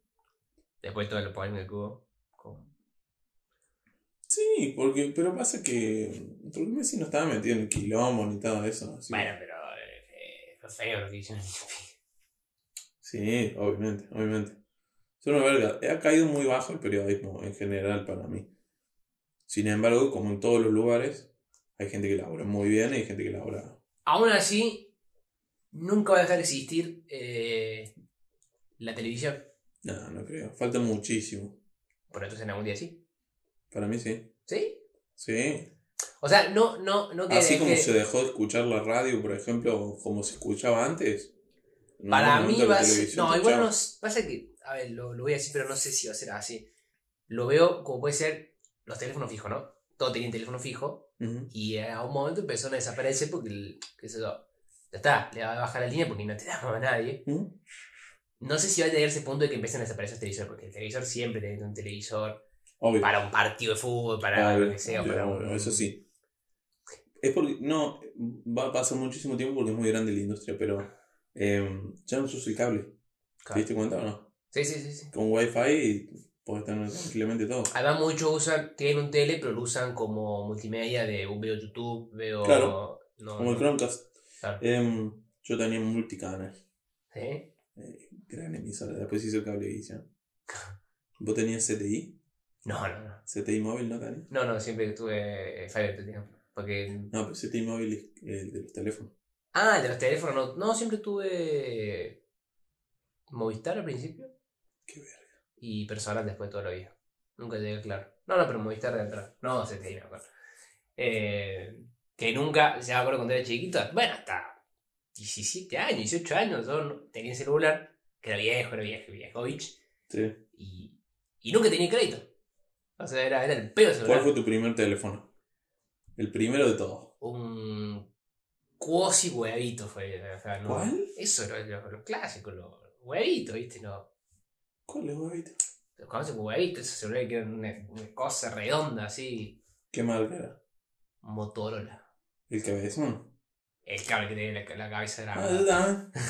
Después de todo el polémico que hubo. con-
Sí, porque, pero pasa que. Porque Messi no estaba metido en el quilombo ni nada de eso. así que-
Bueno, pero eh, eh, fue feo lo que hicieron.
Sí, obviamente, obviamente. Es una verga. Ha caído muy bajo el periodismo en general para mí. Sin embargo, como en todos los lugares, hay gente que labora muy bien y hay gente que labora.
Aún así, nunca va a dejar de existir eh, la televisión.
No, no creo. Falta muchísimo.
Por entonces en algún día sí.
Para mí sí.
¿Sí?
Sí.
O sea, no, no, no que
Así como
que-
se dejó de escuchar la radio, por ejemplo, como se escuchaba antes. en algún
Para mí
momento la
va a ser.
televisión
No,
se
igual no.
escuchaba.
s- Pasa que. A ver, lo, lo voy a decir, pero no sé si va a ser así. Lo veo como puede ser los teléfonos fijos, ¿no? Todos tenían teléfono fijo.
Ujú.
Y a un momento empezaron a desaparecer porque, el- qué sé yo, ya está, le va a bajar la línea porque no te llama a nadie.
Ujú.
No sé si va a llegar ese punto de que empiecen a desaparecer los televisores, porque el televisor siempre tiene un televisor
Obvio.
para un partido de fútbol, para
Obvio,
lo que sea.
obvio,
para
obvio,
un-
Eso sí. Es porque, no, va a pasar muchísimo tiempo porque es muy grande la industria, pero eh, ya no se usa el cable. ¿Te
Claro.
diste cuenta o no?
Sí, sí, sí. sí.
Con wifi puedes tener tranquilamente todo.
Además, muchos usan, tienen un tele, pero lo usan como multimedia de un veo YouTube, veo.
Claro.
No,
Como el Chromecast.
Claro.
Em, yo tenía multicanal.
¿Sí?
eh, gran emisora. Después hizo cablevisión. ¿Vos tenías CTI?
no, no, no.
¿CTI móvil no tenías?
No, no, siempre tuve eh, Fiber, por ejemplo. Porque.
No, pero CTI móvil es el de los teléfonos.
Ah, el de los teléfonos, no. No, siempre tuve. Movistar al principio.
Qué verga.
y personas después toda la vida. Nunca llegué claro. No, no, pero Movistar de atrás. No, se me acuerdo. Eh, que nunca, se me acuerdo cuando era chiquito, bueno, hasta 17 años, 18 años, yo no- tenía celular, que era viejo, era viejo, viejo, bitch,
Sí.
y, y nunca tenía crédito. O sea, era, era el peor
¿Cuál
celular.
fue tu primer teléfono? El primero de todos.
Un cuasi huevito fue. o sea, no-
¿Cuál?
Eso era lo, lo clásico, lo huevito, ¿viste? Lo,
¿Cuál es, huevito?
Los conoces como huevitos, esos celulares que eran una, una cosa redonda así.
¿Qué marca era?
Motorola.
El cabezón.
El cable que tenía la, la cabeza de
Ah, yo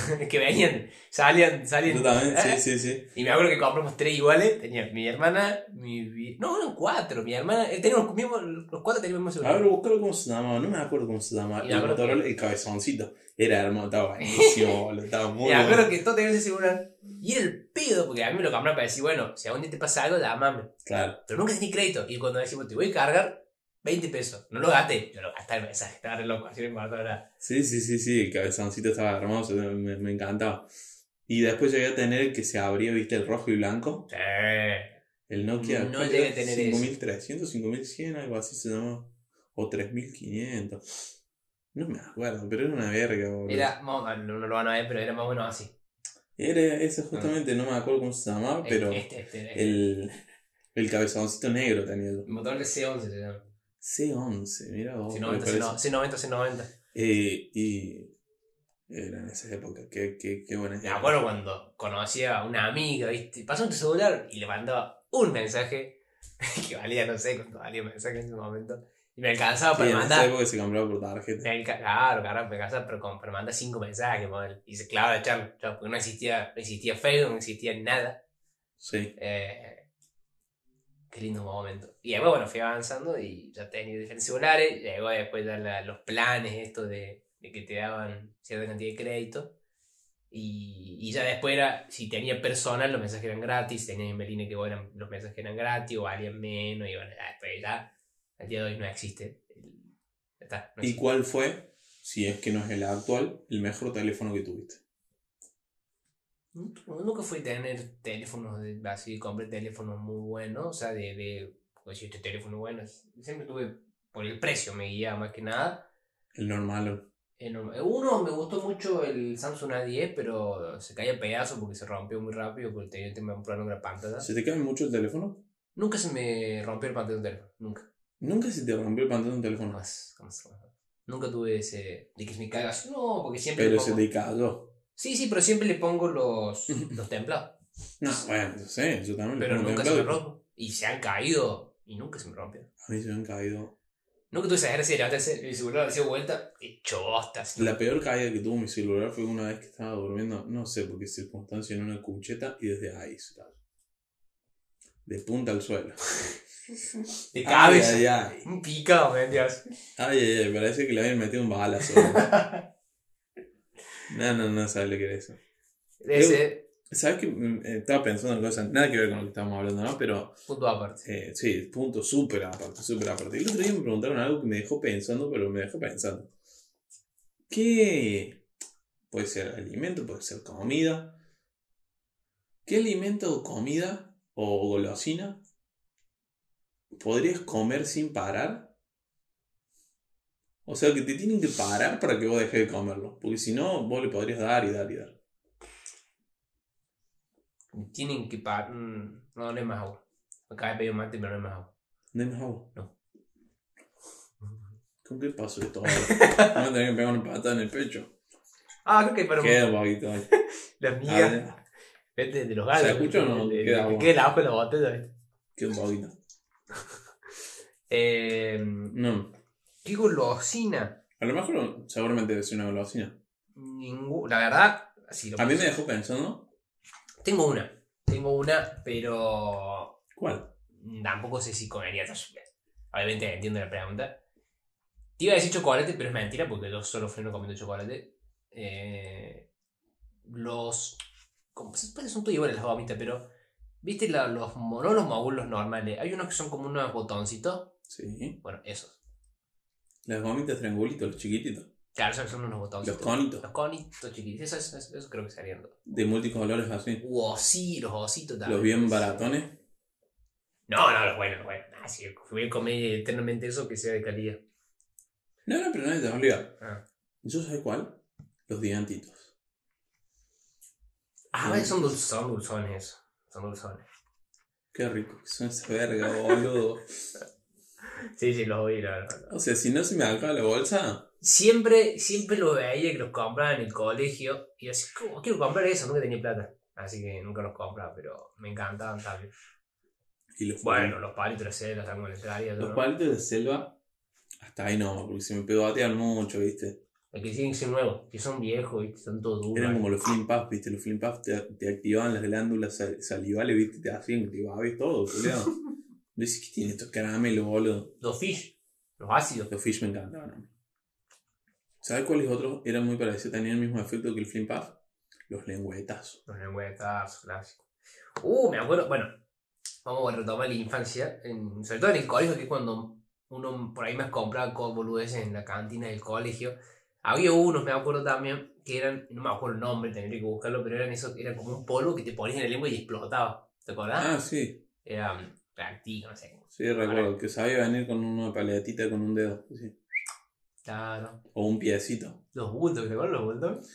también.
que venían, salían,
Yo
salían.
también,
¿Eh?
sí, sí, sí.
Y me acuerdo que compramos tres iguales. Tenía mi hermana, mi. vi- No, eran cuatro. Mi hermana. eh, Teníamos los mismos- los cuatro teníamos el mismo
A ver,
celular.
búscalo cómo se llamaba. No me acuerdo cómo se llamaba.
Y
El
me acuerdo
Motorola, el cabezoncito. Era hermoso, estaba buenísimo, boludo, Estaba muy
me acuerdo
bueno.
que todos teníamos ese celular. Y era el pedo, porque a mí me lo compraron para decir, bueno, si algún día te pasa algo, llámame.
Claro.
Pero nunca tenía crédito. Y cuando decimos, te voy a cargar 20 pesos. No lo gasté. Yo lo gasté el mensaje, estaba re loco, así no me importaba nada.
Sí, sí, sí, sí. El cabezoncito estaba hermoso. Me, me encantaba. Y después llegué a tener el que se abría, viste, el rojo y blanco.
Sí.
El Nokia.
No
¿cuál
llegué
era?
a tener
5300, 5100, algo así se llamaba. O 3500. No me acuerdo, pero era una verga, boludo.
Era, no, no no lo van a ver, pero era más o menos así.
Era ese justamente, no me acuerdo cómo se llamaba, pero
este, este, este.
el, el cabezoncito negro tenía yo.
El motor de C11 se llama.
C11, mira vos. me
C90,
parece.
C90, C90, C90.
Eh, y eran esas épocas, qué, qué, qué buenas
Me
épocas.
acuerdo cuando conocía a una amiga, ¿viste? Pasó en tu celular y le mandaba un mensaje que valía, no sé cuánto valía un mensaje en ese momento. Y me alcanzaba
Sí,
para
en esa
mandar.
época se compraba por tarjeta.
Me alca- claro, carajo, me alcanzaba para, com- para mandar cinco mensajes, model. Y se clavaba la charla, chao, porque no existía, no existía Facebook, no existía nada.
Sí.
Eh, qué lindo momento. Y después, bueno, fui avanzando y ya tenía diferentes celulares. Llegó después ya la- los planes, esto de, de que te daban cierta cantidad de crédito. Y, y ya después era, si tenía personal, los mensajes eran gratis. Si tenía en Berlín que vos eran, los mensajes eran gratis o valían menos. Y bueno, ya después ya, al día de hoy no existe. Ya está, no
¿Y
existe.
cuál fue, si es que no es el actual, el mejor teléfono que tuviste?
Nunca nunca fui a tener teléfonos de- así, compré teléfonos muy buenos, o sea, de, de pues, si este teléfono bueno, es- siempre tuve, por el precio me guía más que nada.
El normal.
En un- Uno me gustó mucho el Samsung A10, pero se caía a pedazos porque se rompió muy rápido porque tenía un tema- un problema con la pantalla.
¿Se te cae mucho el teléfono?
Nunca se me rompió el pantalla del teléfono, nunca,
Nunca se te rompió el pantalón de un teléfono,
jamás, jamás, jamás. Nunca tuve ese, de que se me caiga así, no, porque siempre le
pero se
pongo-
te cayó.
Sí, sí, pero siempre le pongo los, los templados.
No, bueno, yo sé, yo también le
Pero
pongo
nunca se me
templado.
rompe. Y se han caído. Y nunca se me rompió.
A mí se me han caído.
Nunca tuve esa gracia de levantarse el celular, hacer vuelta, hecho bostas.
La peor caída que tuvo mi celular fue una vez que estaba durmiendo, no sé por qué circunstancia, en una cucheta y desde ahí se cayó. De punta al suelo.
De cabeza.
Ay, ay, ay.
Un picado, me Dios.
Ay, ay, ay, parece que le habían metido un balazo. no, no, no sabes lo que era eso.
Ese,
Sabes que estaba pensando en cosas, nada que ver con lo que estábamos hablando, ¿no? Pero
punto aparte.
eh, sí, punto súper aparte, súper aparte. El otro día me preguntaron algo que me dejó pensando, pero me dejó pensando. ¿Qué puede ser alimento, puede ser comida? ¿Qué alimento o comida o golosina podrías comer sin parar? O sea, que te tienen que parar para que vos dejes de comerlo. Porque si no, vos le podrías dar y dar y dar.
Tienen que parar. No, no hay más agua. Me acabé de pedir un mate, pero no hay más agua.
No hay más agua.
No.
¿Con qué pasó esto ahora? Me voy a tener que pegar una patada en el pecho.
Ah, creo que para
Queda un poquito ahí.
las
A
migas.
ver,
Vete de los gatos.
¿Se escucha o no?
De- de-
Queda
de-
agua.
Queda el agua en la botella. ¿viste?
Queda un poquito.
Eh,
No.
¿Qué golosina?
A lo mejor seguramente debe ser una golosina.
Ningú- La verdad, si lo
A mí me dejó pensando.
Tengo una. Tengo una, pero
¿Cuál?
Tampoco sé si comería tas- Obviamente entiendo la pregunta. Te iba a decir chocolate, pero es mentira porque yo solo freno comiendo chocolate. Eh, los. Como, se supone que son todos iguales las gomitas, pero. ¿Viste la- los monolos mógulos normales? Hay unos que son como unos botoncitos.
Sí.
Bueno, esos.
Las gomitas triangulitos, los chiquititos.
Claro, esos son unos botoncitos.
Los conitos.
Los conitos chiquitos. Eso, eso, eso, eso creo que serían los.
De multicolores así.
u osi- los ositos también.
Los bien baratones.
No, no, los buenos, los buenos. Ah, sí, voy a comer eternamente eso que sea de calidad.
No, no, pero no es de obliga.
Ah.
¿Yo sé cuál? Los diantitos.
Ah,
Bien.
son, dul- son dulzones. Son dulzones.
Qué rico que son esa verga, boludo.
Sí, sí, los odio. la verdad.
O sea, si no se me acaba la bolsa,
Siempre, siempre lo veía que los compraban en el colegio. Y yo así, ¿cómo quiero comprar eso? Nunca tenía plata. Así que nunca los compraba, pero me encantaban también.
y los
Bueno, los palitos traseros, la monetaria,
Los
todo.
palitos de selva, hasta ahí no, porque se me pegotean mucho, ¿viste?
Los que tienen que ser nuevos, que son viejos, ¿viste? son todos duros.
Eran como los flim puffs, ¿viste? Los flim puffs te, te activaban las glándulas sal- salivales, ¿viste? Te hacían que te babes todo, culiao. Dices, ¿qué tiene estos caramelos, boludo?
Los fish, los ácidos.
Los fish me encantaban. a mí. ¿Sabes cuáles otros eran muy parecidos? Tenían el mismo efecto que el flim puff. Los lengüetazos.
Los lengüetas, clásicos. Uh, me acuerdo, bueno, vamos a retomar la infancia, en- sobre todo en el colegio, que es cuando uno por ahí más compraba con boludeces en la cantina del colegio. Había unos, me acuerdo también, que eran, no me acuerdo el nombre, tendría que buscarlo, pero eran esos, era como un polvo que te ponías en la lengua y explotaba. ¿Te acordás?
Ah, sí,
Era um, práctico, no sé.
sí, recuerdo. Que sabía venir con una paletita con un dedo. sí.
Claro.
O un piecito.
Los bultos, ¿te acuerdas los bultos?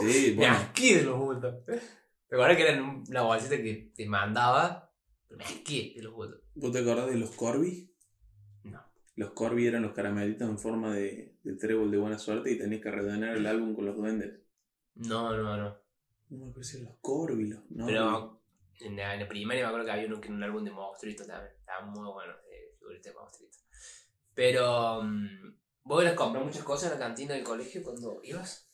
Sí,
Me
bueno.
asqué de los bultos. Me acuerdo que eran un- una bolsita que te mandaba. pero Me asqué de los bultos.
¿Vos te acordás de los Corby?
No.
Los Corby eran los caramelitos en forma de, de trébol de buena suerte y tenías que rellenar el álbum con los duendes.
No, no, no.
No me acuerdo si eran los Corby, los. No,
Pero en la, en la primaria me acuerdo que había uno que era un álbum de monstruitos también. Estaba muy bueno eh, figuritas de monstruitos. Pero. mm, ¿Vos les comprás muchas cosas en la cantina del colegio cuando ibas?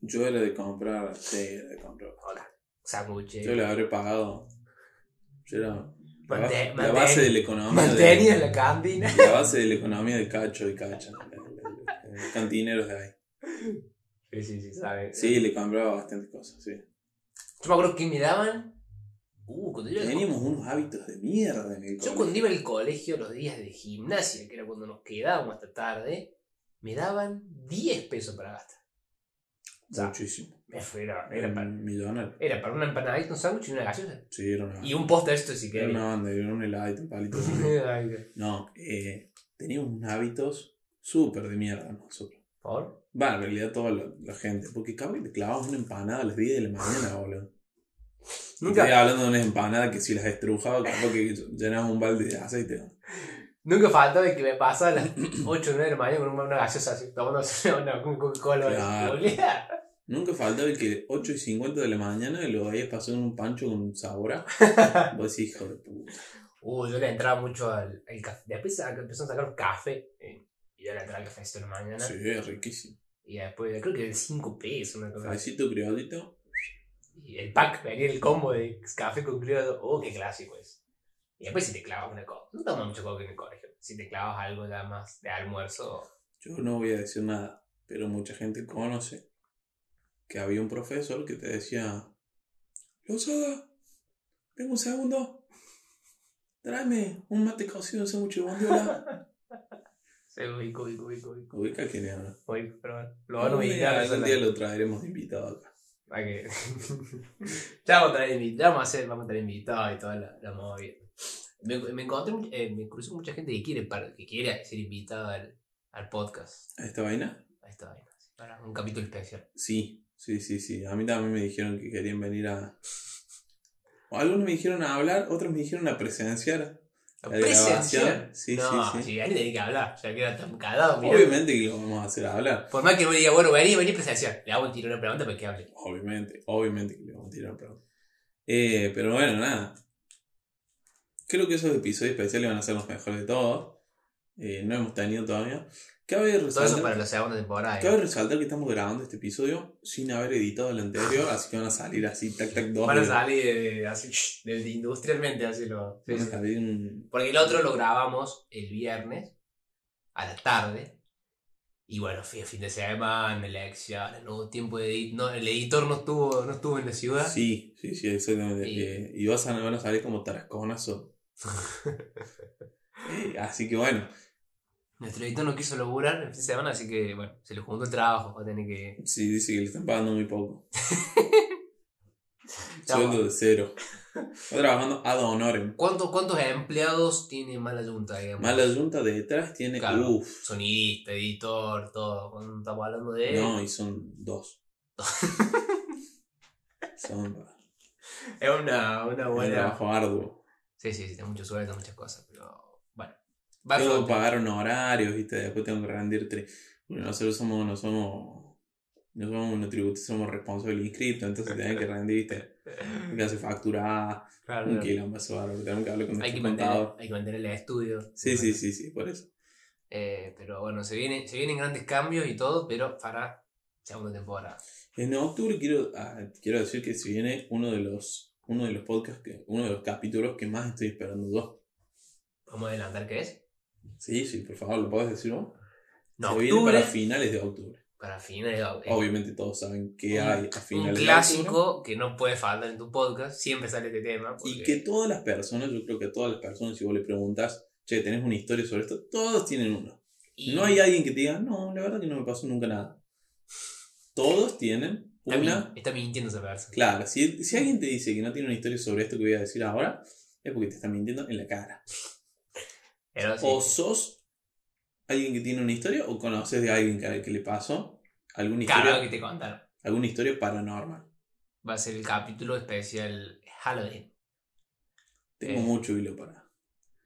Yo era de comprar, sí, era de comprar.
Hola. Sándwiches.
Yo le habré pagado. Yo era. la ba-
Mante-
la
manten-
base de la economía.
Mantenías la
De,
cantina.
la base de la economía de Cacho y Cacha. Los cantineros de ahí.
Sí, sí, sí, sabes.
Sí, le compraba bastantes cosas, sí.
Yo me acuerdo que me daban. Uh, cuando yo era
Teníamos unos hábitos de mierda en el
Yo
colegio.
cuando iba al colegio los días de gimnasia, que era cuando nos quedábamos hasta tarde, me daban 10 pesos para gastar. O sea,
Muchísimo.
me fui, era, era,
Era
para,
millonario.
era para una empanadita, un sándwich y una gaseosa.
Sí, era una.
Y un póster esto si
Era
quería.
una banda, era un heladito, un palito.
Ay, Dios.
No, eh, teníamos unos hábitos súper de mierda nosotros.
Por favor.
Va, en realidad toda la, la gente. Porque cabrón, te clavabas una empanada a las 10 de la mañana, boludo. Estoy
Nunca,
hablando de unas empanadas que si las estrujaba, capaz que llenabas un balde de aceite.
nunca faltaba que me pasaba a las 8 o 9 de la mañana con una, una gaseosa así, tomándose una con Coca-Cola.
Claro.
Boluda.
Nunca faltaba el que 8 y 50 de la mañana lo habías pasado en un pancho con sabor a. Vos decís, hijo de puta.
Uh, yo le entraba mucho al, al café. Después sa- empezaron a sacar los café. eh, y yo le entraba al café esto de la mañana.
Sí, es riquísimo.
Y después, creo que eran 5 pesos, una cosa así.
Cafecito criollito.
Y el pack, venía el combo de café con criollo. Oh, qué clásico es. Y después si te clavas una coca. No tomas mucho coca en el colegio. Si te clavas algo ya más de almuerzo.
Yo no voy a decir nada, pero mucha gente conoce que había un profesor que te decía, Lozada, tengo un segundo, tráeme un mate cocido, un sándwich de bondiola.
Se ubico, ubico, ubico, ubico.
Ubica quién era.
Ubico, pero bueno. Lo van a
Un día-
ubicar.
Algún
eso
día
la-
lo traeremos de invitado acá.
¿Para qué? ya vamos a traer invitados, ya vamos a hacer, vamos a traer invitados y toda la, la movida. Me, me encontré, mu- eh, me crucé con mucha gente que quiere, par- que quiere ser invitada al, al podcast.
¿A esta vaina?
Ahí está, ahí está. Para un capítulo especial.
Sí, sí, sí, sí. A mí también me dijeron que querían venir a... o algunos me dijeron a hablar, otros me dijeron a presenciar.
La
la grabación.
presencial.
Sí,
no,
sí, sí.
si alguien tiene que hablar, ya que era tan cagado, mirá.
Obviamente que lo vamos a hacer hablar.
Por más que me diga, bueno, vení, vení presencial. Le hago un tiro una pregunta para que hable.
Obviamente, obviamente que le vamos a tirar perdón. Eh, pero bueno, nada. Creo que esos episodios especiales van a ser los mejores de todos. Eh, no hemos tenido todavía. Cabe
Todo eso para
resaltar,
la segunda temporada.
cabe resaltar que estamos grabando este episodio sin haber editado el anterior, así que van a salir así, tac, tac, dos.
Para
de-
salir de- así, de- de- industrialmente, así lo. sí,
van a
sí.
salir un-
Porque el otro lo grabamos el viernes a la tarde. Y bueno, fui a fin de semana, elecciones, no hubo tiempo de edit. No, el editor no estuvo, no estuvo en la ciudad.
Sí, sí, sí, exactamente.
Y-
Eh, y vas a, van a salir como tarasconas o- Eh, así que bueno,
Nuestro editor no quiso laburar el fin de semana, así que bueno, se le juntó el trabajo, va a tener que.
Sí, dice que le están pagando muy poco.
Ya,
Sueldo
bueno.
de cero. Está trabajando ad honorem.
¿Cuántos, cuántos empleados tiene Mala Junta, digamos?
Mala Junta detrás tiene.
Claro.
Uf.
Sonidista, editor, todo. Cuando estamos hablando de.
No, y son dos. son
Es una, una
un
buena.
trabajo arduo.
Sí, sí, sí, tiene mucho sueldo, muchas cosas, pero. Bueno. Va
Tengo que
flote.
pagar honorarios, ¿viste? Después tengo que rendir tres. Bueno, nosotros somos, no somos, no somos una tributa, somos responsables inscritos, entonces tenés que rendir, ¿viste? Tengo que hacer factura,
Claro,
un
claro.
quilombo ese bárbaro, tenemos que hablar con
Hay
nuestro
que, mantener,
contador.
hay que mantener el estudio.
Sí, sí, sí, sí, por eso.
Eh, pero bueno, se, viene, se vienen grandes cambios y todo, pero para segunda temporada.
En octubre quiero, ah, quiero decir que se viene uno de los, uno de los podcasts, que, uno de los capítulos que más estoy esperando yo.
¿Vamos a adelantar qué es?
Sí, sí, por favor, ¿lo podés decir vos?
No,
se viene
octubre.
para finales de octubre.
Para finales de octubre.
Obviamente todos saben qué
Un-
hay a finales
Un
de octubre.
clásico que no puede faltar en tu podcast. Siempre sale este tema.
Y
porque-
que todas las personas, yo creo que a todas las personas, si vos le preguntás, che, ¿tenés una historia sobre esto? Todos tienen una.
y-
No hay alguien que te diga, no, la verdad que no me pasó nunca nada. Todos tienen
Está, min-
una.
está mintiendo esa persona.
Claro, si, si alguien te dice que no tiene una historia sobre esto que voy a decir ahora, es porque te está mintiendo en la cara.
Pero sí.
O sos alguien que tiene una historia o conoces de alguien que, que le pasó alguna historia,
Claro que te contaron.
alguna historia paranormal.
Va a ser el capítulo especial Halloween.
Tengo
Eh.
mucho hilo para.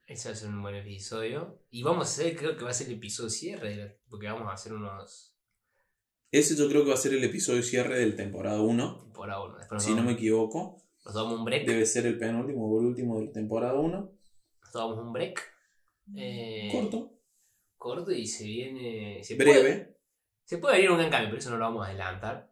Ese va a ser un buen episodio. Y vamos a hacer, creo que va a ser el episodio cierre. de la- Porque vamos a hacer unos.
Ese yo creo que va a ser el episodio cierre del temporada 1,
Por ahora. Después nos,
si no
damos,
me equivoco.
nos damos un break.
Debe ser el penúltimo o el último de la temporada 1.
Nos damos un break. Eh,
Corto,
Corto y se viene. Se puede-
breve.
Se puede venir un gran cambio, pero eso no lo vamos a adelantar.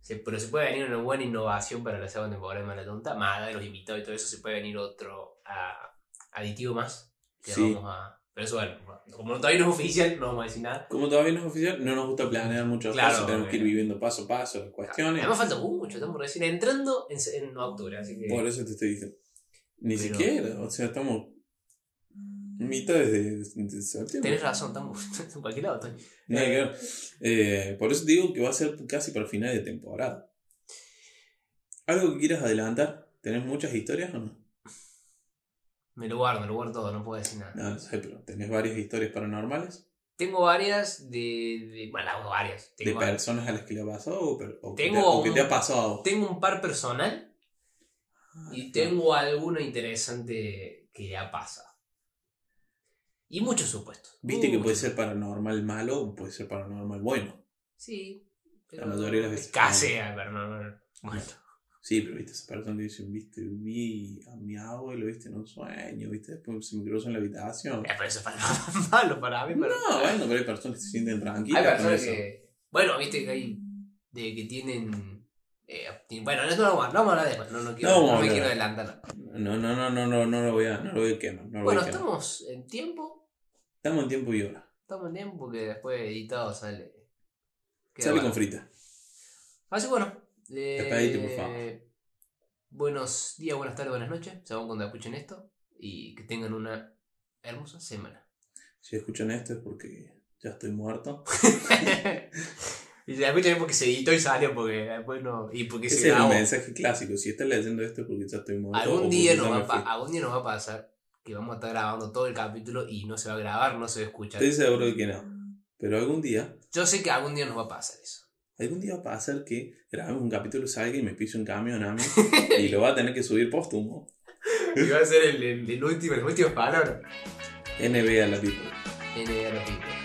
Se- pero se puede venir una buena innovación para la segunda temporada de Malatonta. Más allá de los invitados y todo eso, se puede venir otro ah, aditivo más. Que
Sí.
vamos a, pero eso bueno, como todavía no es oficial, no vamos a decir nada.
Como todavía no es oficial, no nos gusta planear muchas
Claro,
cosas. Tenemos que ir
eh.
viviendo paso a paso las cuestiones.
Además falta mucho, estamos recién entrando en, se- en octubre, así que...
Por eso te estoy diciendo. Ni
Pero-
siquiera, o sea, estamos mitad de, de septiembre.
Tenés razón, estamos en cualquier lado. Tony.
Nada que ver. Eh, por eso te digo que va a ser casi para final de temporada. ¿Algo que quieras adelantar? ¿Tenés muchas historias o no?
Me lo guardo, me lo guardo todo, no puedo decir nada.
No, no sé, pero ¿tenés varias historias paranormales?
Tengo varias de... de- bueno, hago varias.
¿De
Tengo, varias.
personas a las que le ha pasado o, per- o que, te,
Tengo
o que
un-
te ha pasado a vos?
tengo un par personal Y tengo alguna interesante que ya pasa. Y muchos supuestos.
Viste que
Muchos.
puede ser paranormal malo o puede ser paranormal bueno.
Sí. pero
La mayoría de las veces.
Escasea, pero no, no, no. Bueno,
Sí, pero viste esa persona que dice, viste, vi a mi abuelo, viste, en un sueño, viste, después se me cruzó en la habitación.
eh, pero eso es para, malo para mí. Pero
No, bueno, pero hay personas que se sienten tranquilas.
hay
con
personas
eso.
que. Bueno, viste que hay. De que tienen. eh, tienen- bueno, eso no lo vamos a no vamos a hablar después. No, no, quiero,
No
no,
vamos a
me
hablar.
quiero adelantar.
No, no, no, no, no, no lo voy a, no lo voy a quemar. No lo
Bueno,
voy a quemar.
estamos en tiempo.
Estamos en tiempo y hora.
Estamos en tiempo que después editado sale. queda
Sale
bueno.
con frita.
Así Ah, bueno. eh,
pediste, por favor.
Buenos días, buenas tardes, buenas noches, según cuando escuchen esto. Y que tengan una hermosa semana.
Si escuchan esto es porque ya estoy muerto.
y se escuchan porque se editó y salió, porque después no. Y porque
Ese
se
es el
grabó.
mensaje clásico. Si estás leyendo esto es porque ya estoy muerto. o
Algún
porque
día,
ya
nos
me
va a pa-
fui.
algún día nos va a pasar que vamos a estar grabando todo el capítulo y no se va a grabar, no se va a escuchar.
Estoy seguro de que
Mm.
no. Pero algún día
Yo sé que algún día nos va a pasar eso.
Algún día va a pasar que grabemos un capítulo, salga y me pise un camión a mí y lo va a tener que subir póstumo.
Y va a ser el, el, el último, el último palabra.
NBA la people.
NBA lo pico.